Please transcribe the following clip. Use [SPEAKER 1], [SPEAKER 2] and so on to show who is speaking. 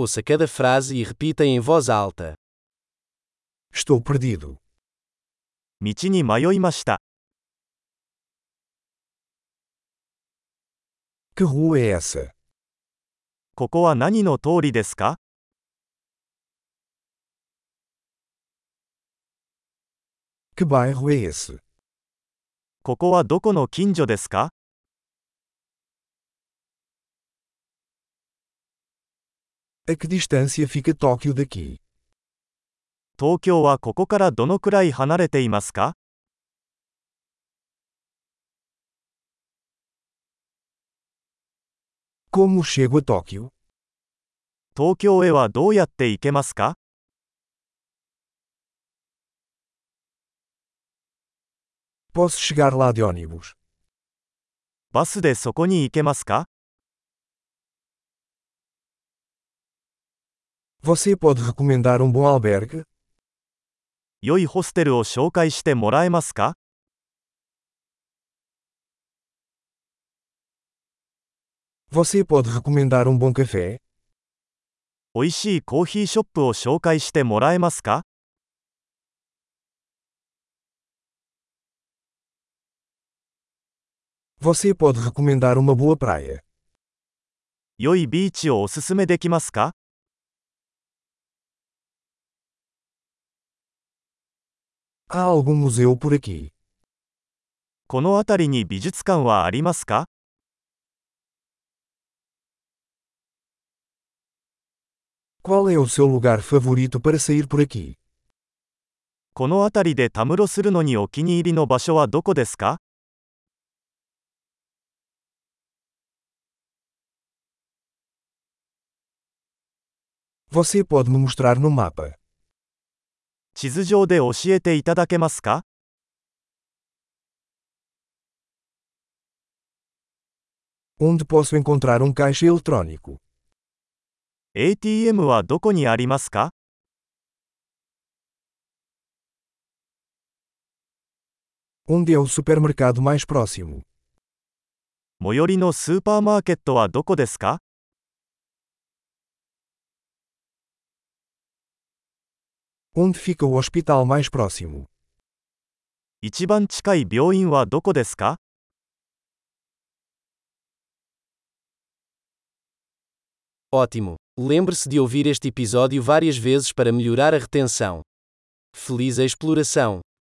[SPEAKER 1] Ouça cada frase e repita em voz alta.
[SPEAKER 2] Estou perdido.
[SPEAKER 3] 道に迷いました。
[SPEAKER 2] Que rua é essa?
[SPEAKER 3] ここは何の通りですか
[SPEAKER 2] Que bairro é esse?
[SPEAKER 3] ここはどこの近所ですか
[SPEAKER 2] A que distância fica Tóquio daqui?
[SPEAKER 3] 東京はここからどのくらい離れていますか
[SPEAKER 2] Como chego a Tóquio?
[SPEAKER 3] 東京へはどうやって行けますか
[SPEAKER 2] Posso chegar lá de ônibus?
[SPEAKER 3] バスでそこに行けますか
[SPEAKER 2] Você pode recomendar um bom albergue?
[SPEAKER 3] 良いホステルを紹介してもらえますか
[SPEAKER 2] Você pode recomendar um bom café?
[SPEAKER 3] 美味しいコーヒーショップを紹介してもらえますか
[SPEAKER 2] Você pode recomendar uma boa praia?
[SPEAKER 3] 良いビーチをおすすめできますか
[SPEAKER 2] Há algum museu por aqui?
[SPEAKER 3] この辺りに美術館はありますか
[SPEAKER 2] Qual é o seu lugar favorito para sair por aqui?
[SPEAKER 3] この辺りでたむろするのにお気に入りの場所はどこですか
[SPEAKER 2] Você pode me mostrar no mapa.
[SPEAKER 3] 地図上で教えていただけますか
[SPEAKER 2] Onde posso encontrar um caixa eletrônico?
[SPEAKER 3] ATM はどこにありますか
[SPEAKER 2] Onde é o supermercado mais próximo?
[SPEAKER 3] 最寄りのスーパーマーケットはどこですか
[SPEAKER 2] Onde fica o hospital mais próximo?
[SPEAKER 3] 一番近い病院はどこですか
[SPEAKER 1] Ótimo! Lembre-se de ouvir este episódio várias vezes para melhorar a retenção. Feliz a exploração!